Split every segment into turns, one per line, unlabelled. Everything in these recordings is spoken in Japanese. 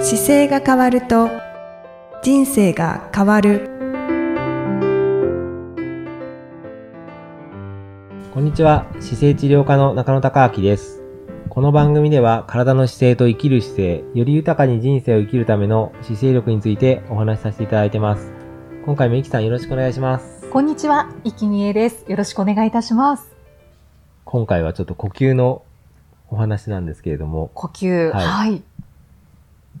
姿勢が変わると人生が変わる
こんにちは姿勢治療科の中野孝明ですこの番組では体の姿勢と生きる姿勢より豊かに人生を生きるための姿勢力についてお話しさせていただいてます今回もいきさんよろしくお願いします
こんにちは、いきみえです。よろしくお願いいたします。
今回はちょっと呼吸のお話なんですけれども
呼吸、
は
はいい、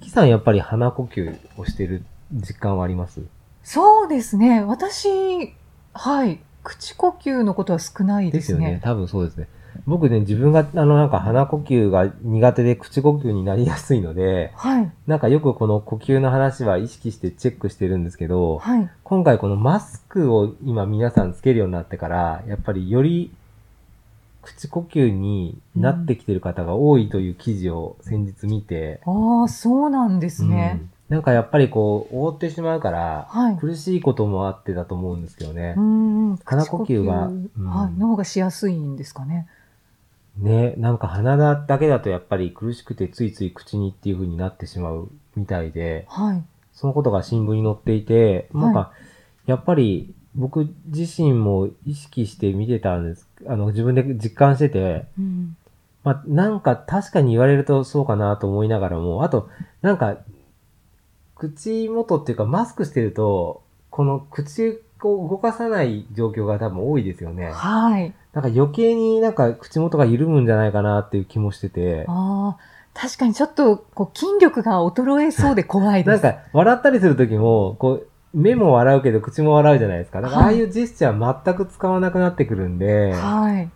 いきさんやっぱり鼻呼吸をしてる実感はあります
そうですね。私、はい。口呼吸のことは少ない
で
ですす
よ
ね。
ね。多分そうですね。僕ね、自分が、あの、なんか鼻呼吸が苦手で口呼吸になりやすいので、
はい。
なんかよくこの呼吸の話は意識してチェックしてるんですけど、
はい。
今回このマスクを今皆さんつけるようになってから、やっぱりより口呼吸になってきてる方が多いという記事を先日見て、
ああ、そうなんですね。
うんなんかやっぱりこう、覆ってしまうから、
はい。
苦しいこともあってだと思うんですけどね
う。んうん。
鼻呼吸
口呼
がうん
吸はい。の方がしやすいんですかね。
ね、なんか鼻だけだとやっぱり苦しくてついつい口にっていう風になってしまうみたいで、
はい。
そのことが新聞に載っていて、
はい
なんか、やっぱり僕自身も意識して見てたんです、あの、自分で実感してて、
うん。
まあ、なんか確かに言われるとそうかなと思いながらも、あと、なんか、口元っていうかマスクしてると、この口を動かさない状況が多分多いですよね。
はい。
なんか余計になんか口元が緩むんじゃないかなっていう気もしてて、
ああ、確かにちょっと、こう、筋力が衰えそうで怖い
な
で
ん
す。
か笑ったりする時も、こう、目も笑うけど口も笑うじゃないですか。だからあ
は
あ
い
いうジェスチャー全く使わなくなってくるんで、は
はい。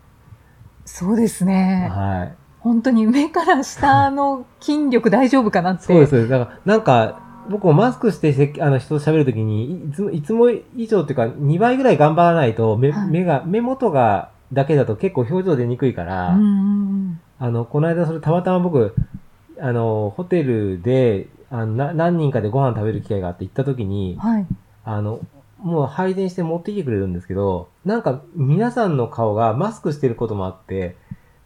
そうですね。
い。
本当に目から下の筋力大丈夫かなって。
そうです、そうです。だから、なんか、僕もマスクしてせあの人と喋るときにいつも、いつも以上っていうか2倍ぐらい頑張らないと目、
はい
目が、目元が、だけだと結構表情出にくいから、
うんうん
あの、この間それたまたま僕、あの、ホテルで、あのな何人かでご飯食べる機会があって行った時
う
に
ん。、はい。
あの、もう配膳して持ってきてくれるんですけど、なんか皆さんの顔がマスクしてることもあって、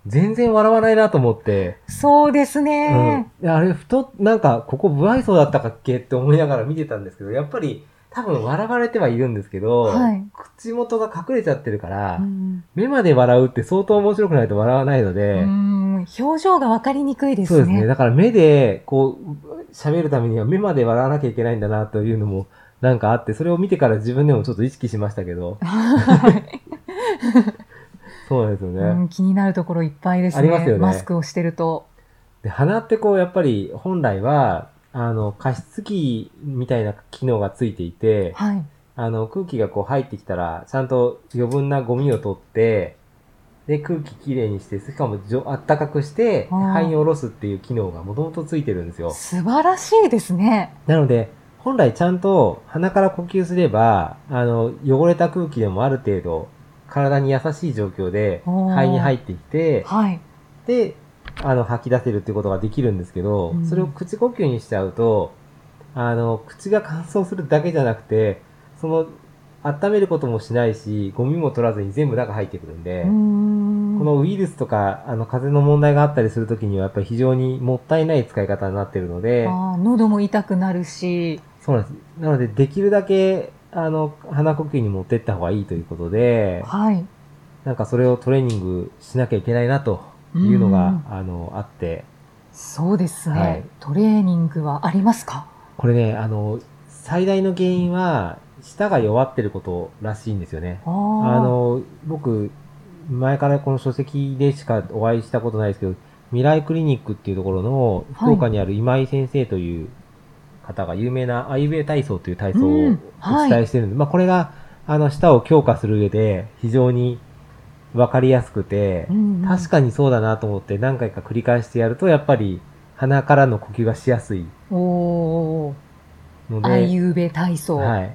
全然笑わないなと思って、
そうですね。
うん、あれ、ふと、なんか、ここ不愛想だったかっけって思いながら見てたんですけど、やっぱり、多分笑われてはいるんですけど、
はい
口元が隠れちゃってるから、
うん
目まで笑うって相当面白くないと笑わないの
う
で、
ん、表情が分かりにくいです
そ
ね。
うですね。だから目で、こう、喋るためには目まで笑わなきゃいけないんだなというのも、なんかあって、それを見てから自分でもちょっと意識しましたけど、
はい
そうなんですよね。
うん気になるところいっぱいですね。
ありますよね
マスクをしてると。
で鼻ってこう、やっぱり本来は、あの、加湿器みたいな機能がついていて、
はい。
あの、空気がこう入ってきたら、ちゃんと余分なゴミを取って、で、空気きれいにして、しかもじょ、あったかくして、
あー
肺に下ろすっていう機能がもともとついてるんですよ。
素晴らしいですね。
なので、本来ちゃんと鼻から呼吸すれば、あの、汚れた空気でもある程度、体に優しい状況で、
おー
肺に入ってきて、
はい。
で、あの、吐き出せるってことができるんですけど、
うん
それを口呼吸にしちゃうと、あの、口が乾燥するだけじゃなくて、その、温めることもしないし、ゴミも取らずに全部中入ってくるんで、
うーん
このウイルスとか、あの、風邪の問題があったりするときには、やっぱり非常にもったいない使い方になってるので、
あー喉も痛くなるし、
そうなんです。なので、できるだけ、あの、鼻呼吸に持ってった方がいいということで、
はい。
なんかそれをトレーニングしなきゃいけないなというの
う
が
ん、
あの、あって、
そうですね、
はい
トレーニングはありますか
これね、あの、最大の原因は、舌が弱ってることらしいんですよね。
あ
あ
あ
の、僕、前からこの書籍でしかお会いしたことないですけど、未来クリニックっていうところの、福岡にある今井先生という方が有名なアイウェイ体操という体操を
う
お
んはい
伝えしてるんで、まあこれが、あの、舌を強化する上で、非常にわかりやすくて、
うんうん
確かにそうだなと思って何回か繰り返してやると、やっぱり鼻からの呼吸がしやすい
おー
ので、
あいうべ体操。
はい。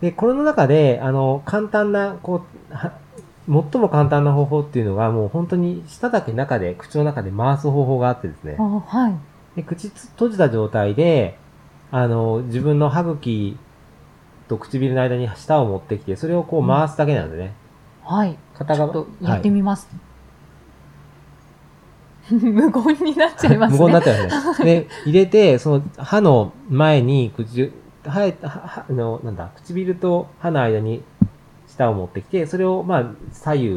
で、これの中で、あの、簡単な、こう、は最も簡単な方法っていうのが、もう本当に舌だけ中で、口の中で回す方法があってですね
あ。ーはい。
で口つ閉じた状態で、あの、自分の歯茎と唇の間に舌を持ってきて、それをこう回すだけなんでね。
はい。
片
ちょ
側
っとやってみます。 無言になっちゃいますね。
無言になっちゃいますね。で、入れて、その歯の前に口、歯へ、歯歯あの、なんだ、唇と歯の間に舌を持ってきて、それをまあ、左右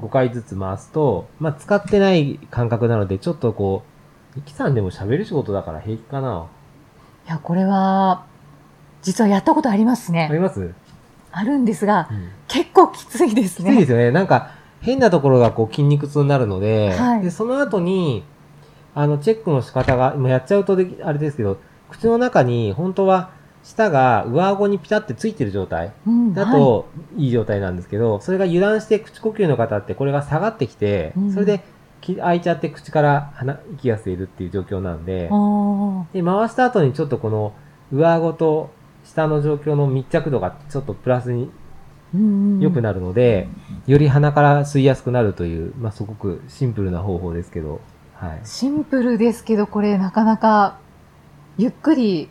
5回ずつ回すと、まあ、使ってない感覚なので、ちょっとこう、イキさんでも喋る仕事だから平気かない
や、これは、実はやったことあります
あり
ね。
ます、
あるんですが、
うん
結構きついです
きついで
ね。
すよね。なんか、変なところがこう筋肉痛になるので、
はい
でその後に、あの、チェックの仕方が、もうやっちゃうとできあれですけど、口の中に、本当は、舌が上顎にピタってついてる状態
うん
だ、と、いい状態なんですけど、それが油断して口呼吸の方ってこれが下がってきて
う、ん
それで、き開いちゃって口から鼻、息が吸えるっていう状況なんで、
は
で、回した後にちょっとこの、上顎と下の状況の密着度がちょっとプラスに
いうん
良くなるので、より鼻から吸いやすくなるという、まあ、すごくシンプルな方法ですけど、はい。
シンプルですけど、これなかなか、ゆっくり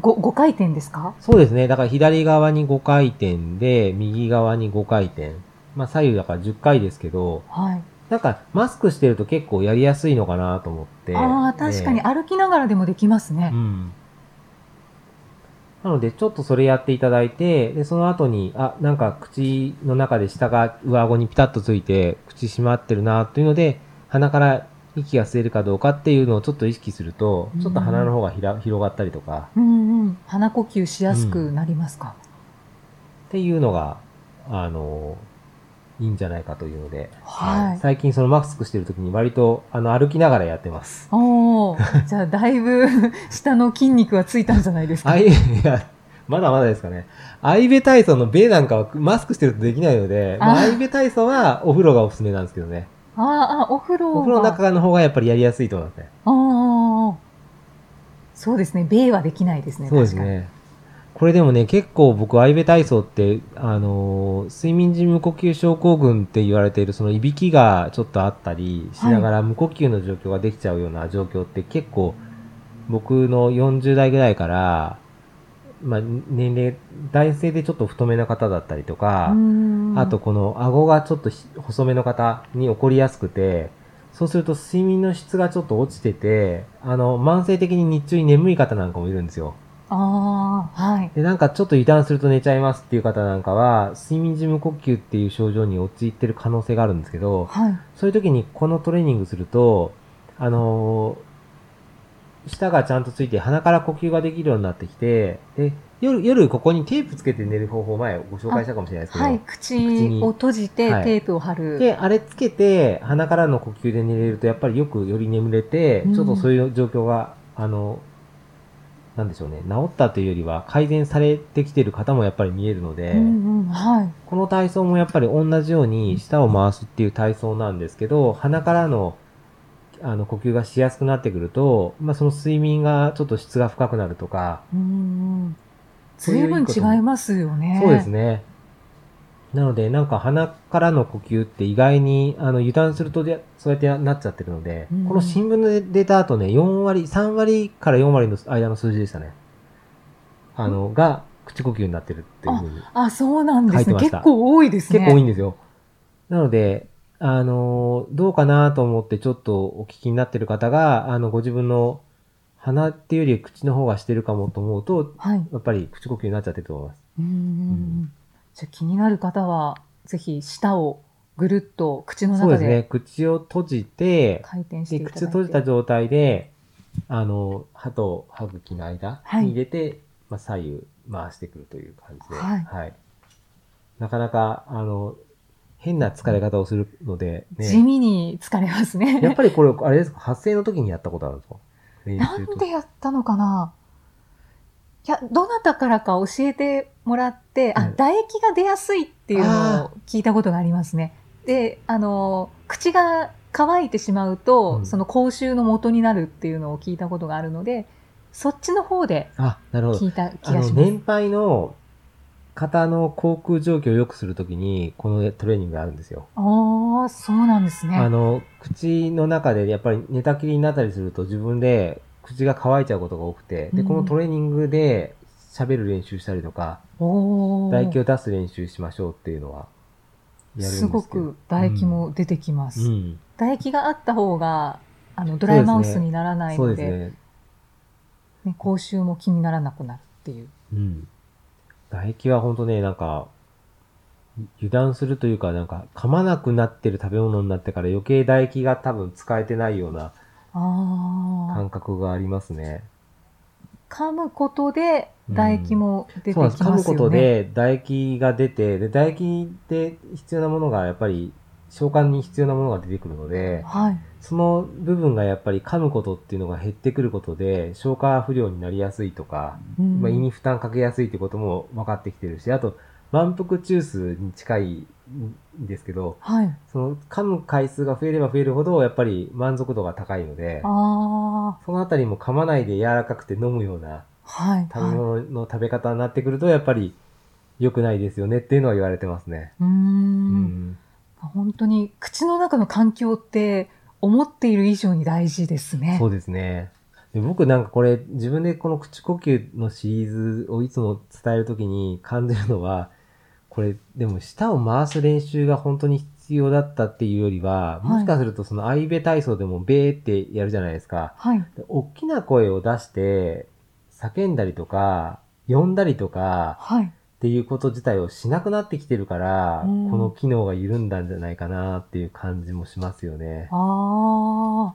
ご 5, 回転ですか
そうですね。だから左側に5回転で、右側に5回転。まあ、左右だから10回ですけど、
はい。
なんかマスクしてると結構やりやすいのかなと思って。
ああ、確かに
ね
歩きながらでもできますね
う。ん。なので、ちょっとそれやっていただいて、で、その後に、あ、なんか口の中で下が上顎にピタッとついて、口閉まってるなっていうので、鼻から息が吸えるかどうかっていうのをちょっと意識すると、ちょっと鼻の方がひら広がったりとか、
うんうん。鼻呼吸しやすくなりますか、
っていうのが、あの、いいんじゃないかというので、
はい
最近そのマスクしてる時に割と、あの、歩きながらやってます。
おお、 じゃあだいぶ 下の筋肉はついたんじゃないですか。
あい、いや、まだまだですかね。アイベ体操のベなんかはマスクしてるとできないので、まあ
あ
アイベ体操はお風呂がおすすめなんですけどね。
あーあー、お風呂は
お風呂の中の方がやっぱりやりやすいと思いますね。
あーそうですね。米はできないですね。
そうです
確かに。
ね。これでもね、結構僕、アイベ体操って、あのー睡眠時無呼吸症候群って言われている、そのいびきがちょっとあったりしながら、無呼吸の状況ができちゃうような状況って結構、僕の40代ぐらいから、まあ、年齢、男性でちょっと太めな方だったりとか
う、ーん
あと、この顎がちょっとひ細めの方に起こりやすくて、そうすると睡眠の質がちょっと落ちてて、あの、慢性的に日中に眠い方なんかもいるんですよ。
ああ、はい。
で、なんかちょっと油断すると寝ちゃいますっていう方なんかは、睡眠時無呼吸っていう症状に陥ってる可能性があるんですけど、
はい。
そういう時にこのトレーニングすると、あのー舌がちゃんとついて鼻から呼吸ができるようになってきて、で、夜、夜ここにテープつけて寝る方法前ご紹介したかもしれないですけど、
はい。口を閉じて
はい
テープを貼る。
で、あれつけて、鼻からの呼吸で寝れると、やっぱりよくより眠れて、
うん
ちょっとそういう状況が、あの、なんでしょうね、治ったというよりは、改善されてきてる方もやっぱり見えるので、
うんうん。はい。
この体操もやっぱり同じように、舌を回すっていう体操なんですけど、鼻からの、あの、呼吸がしやすくなってくると、まあ、その睡眠がちょっと質が深くなるとか、
うんうん。
そうい
随
ういい
分
こと
違
も
いますよね。
そうです。ね。なので、なんか鼻からの呼吸って意外に、あの、油断するとで、そうやってなっちゃってるので、
うん
この新聞のデータだとね、4割、3割から4割の間の数字でしたね。あの、が、口呼吸になってるっていうふうに、
あ、そうなんで
書い
す
て
ね。
まし
結
た
構多いですね。
結構多いんですよ。なので、あの、どうかなと思ってちょっとお聞きになってる方が、あの、ご自分の鼻っていうより口の方がしてるかもと思うと、
はい。
やっぱり口呼吸になっちゃってると思います。
うんうんうんじゃあ気になる方は、ぜひ舌をぐるっと口の
そう
中
ですね。
で
口を閉じて、
回転して
で
いただい
口
て。
を閉じた状態で、あの、歯と歯茎の間
はい
に入れて、まあ、左右回してくるという感じで、
はい
なかなか、あの、変な疲れ方をするので、
地
ね、
味に疲れますね。
やっぱりこれ、あれですか、発声の時にやったことあるんですか練
な
習
ん
と
でやったのかないや、どなたからか教えてもらって、あ、
うん
唾液が出やすいっていうの
あ
を聞いたことがありますね。で、あの、口が乾いてしまうと、
うん
その口臭の元になるっていうのを聞いたことがあるので、そっちの方で
あ、なるほど。
聞いた気
あ
が
の、
します。
年配の方の口腔状況を良くするときに、このトレーニングがあるんですよ。
ああ、そうなんですね。
あの、口の中でやっぱり寝たきりになったりすると自分で口が乾いちゃうことが多くて、で、
うん
このトレーニングで喋る練習したりとか、
おお。
唾液を出す練習しましょうっていうのはやるんですけど
すごく唾液も出てきます。
うん、
唾液があった方が、あの、ドライマウスにならない
そう
の
で
で、
すね、
ね口臭も気にならなくなるっていう。
うん、唾液は本当ねなんか油断するというかなんか噛まなくなってる食べ物になってから余計唾液が多分使えてないような
ああ。
感覚がありますね。
噛むことで唾液も出てき
そう
ま
なんで
す
す噛
よね。
むことで唾液が出てで唾液で必要なものがやっぱり消化に必要なものが出てくるので
はい。
その部分がやっぱり噛むことっていうのが減ってくることで消化不良になりやすいとか、
うん
まあ、胃に負担かけやすいってことも分かってきてるし、あと、満腹中枢に近いんですけど、
はい。
その噛む回数が増えれば増えるほど、やっぱり満足度が高いので
あ、あ。
そのあたりも噛まないで柔らかくて飲むような
はい。
食べ
はい
物の食べ方になってくると、やっぱり良くないですよねっていうのは言われてますね。
うー。
うんん。
本当に口の中の環境って思っている以上に大事ですね。
そうですね。で僕なんかこれ自分でこの口呼吸のシリーズをいつも伝えるときに感じるのは、これでも舌を回す練習が本当に必要だったっていうよりは、
い
もしかするとそのアイベ体操でもベーってやるじゃないですか。
はい。
で大きな声を出して叫んだりとか、呼んだりとか
はい。
っていうこと自体をしなくなってきてるから、こ
うん
の機能が緩んだんじゃないかなっていう感じもしますよね。
ああ。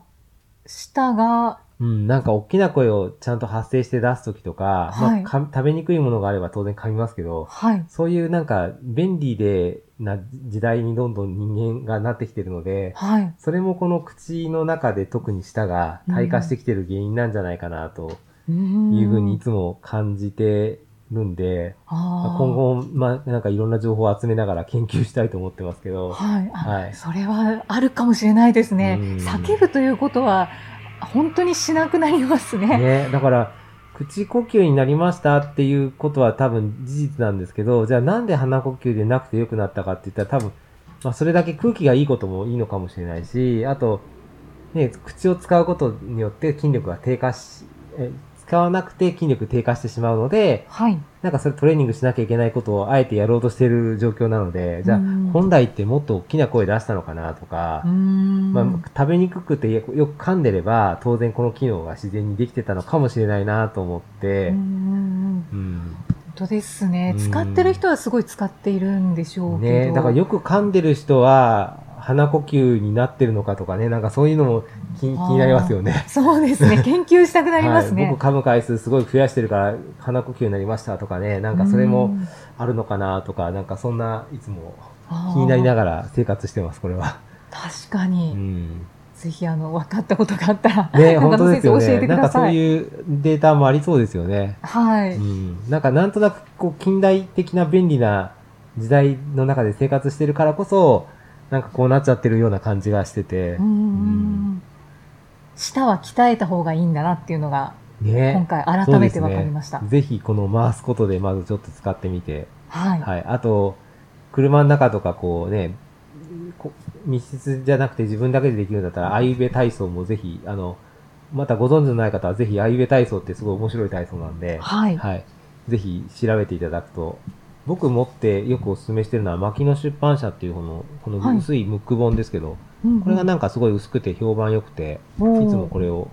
舌が、
うん、なんか大きな声をちゃんと発声して出すときと
は
か、
い
まあ、噛み食べにくいものがあれば当然噛みますけど、
はい。
そういうなんか便利でな時代にどんどん人間がなってきてるので、
はい。
それもこの口の中で特に舌が退化してきてる原因なんじゃないかなと
い
いう
う
ふうにいつも感じてるんで、
あー
今後、まあ、なんかいろんな情報を集めながら研究したいと思ってますけど、
はい、あ
はい
それはあるかもしれないですね
うん。
叫ぶということは本当にしなくなりますね。
ね、だから、口呼吸になりましたっていうことは多分事実なんですけど、じゃあなんで鼻呼吸でなくて良くなったかって言ったら多分、まあそれだけ空気がいいこともいいのかもしれないし、あと、ね、口を使うことによって筋力が低下し、え使わなくて筋力低下してしまうので、
はい。
なんかそれトレーニングしなきゃいけないことをあえてやろうとしてる状況なので、じゃあ
うん
本来ってもっと大きな声出したのかなとか
うー、ん。
まあ、食べにくくてよく噛んでれば当然この機能が自然にできてたのかもしれないなと思っ
う
て
んう、ん
うん
本当ですね
う。ん
使ってる人はすごい使っているんでしょうけど。
ね、だからよく噛んでる人は鼻呼吸になってるのかとかねなんかそういうのも気気になりますよね。
そうです ね。研究したくなります
はい、
ね。
僕噛む回数すごい増やしてるから鼻呼吸になりましたとかねなんかそれ
う
も
ん
あるのかなとかなんかそんないつも気になりな
あ
がら生活してますこれは。
ー確か
う
に、
ん
ぜひあの分かったことがあったら、
ね、
中
本当
野
で
先
す
生
よ
教え
ね。
てく
なん
だ
かそ
さ
う
い。
いうデータもありそうですよね。
はい、
うん、なんかなんとなくこう近代的な便利な時代の中で生活してるからこそなんかこうなっちゃってるような感じがしてて
う、ん舌は鍛えた方がいいんだなっていうのが今
ね
回改めて分かりました。
ぜひこの回すことでまずちょっと使ってみて、
はい、
はい、あと車の中とかこうねこ密室じゃなくて自分だけでできるんだったらあいうべ体操もぜひあのまたご存知のない方はぜひあいうべ体操ってすごい面白い体操なんで、
はい、
はい。ぜひ調べていただくと、僕持ってよくお勧めしてるのは、牧野出版社っていうこの、こ
はい
の薄いムック本ですけど、
うん
これがなんかすごい薄くて評判良くて、
うん
いつもこれを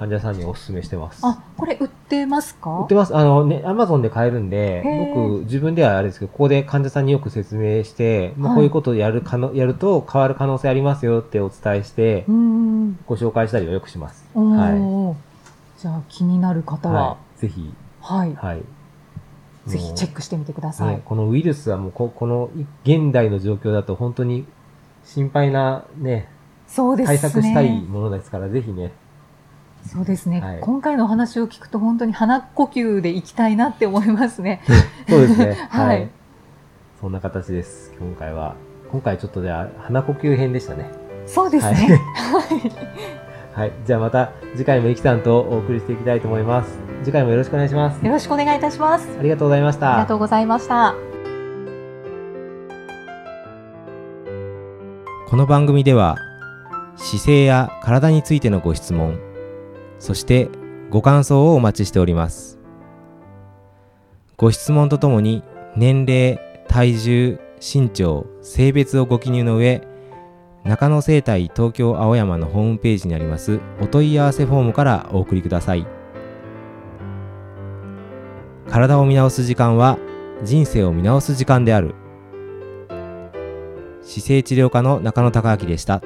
患者さんにお勧めしてます。
あ、これ売ってますか
売ってます。あのね、アマゾンで買えるんで
へ、ー
僕、自分ではあれですけど、ここで患者さんによく説明して、まあ、
はい
こういうことをやるかの、やると変わる可能性ありますよってお伝えして、
うん。
ご紹介したりはよくします。
お
は
ーじゃあ気になる方
い。
は
は、い。ぜひ、
はい、
はい。
ぜひチェックしてみてください。
ねこのウイルスはもうここの現代の状況だと本当に心配な、ね、
そうですね。
対策したいものですから、ぜひね、
そうですね、
はい
今回のお話を聞くと本当に鼻呼吸でいきたいなって思いますね。
そうですね、
はい
そんな形です、今回は。今回ちょっとでは鼻呼吸編でしたね。
そうですね。はい。
はい。じゃあまた次回もイキさんとお送りしていきたいと思います。次回もよろしくお願いします。
よろしくお願いいたします。
ありがとうございまし
あり
た
が。とうございました。
この番組では姿勢や体についてのご質問そしてご感想をお待ちしておりますご質問とともに年齢体重身長、性別をご記入の上、中野生態東京青山のホームページにありますお問い合わせフォームからお送りください。体を見直す時間は人生を見直す時間である。姿勢治療科の中野孝明でした。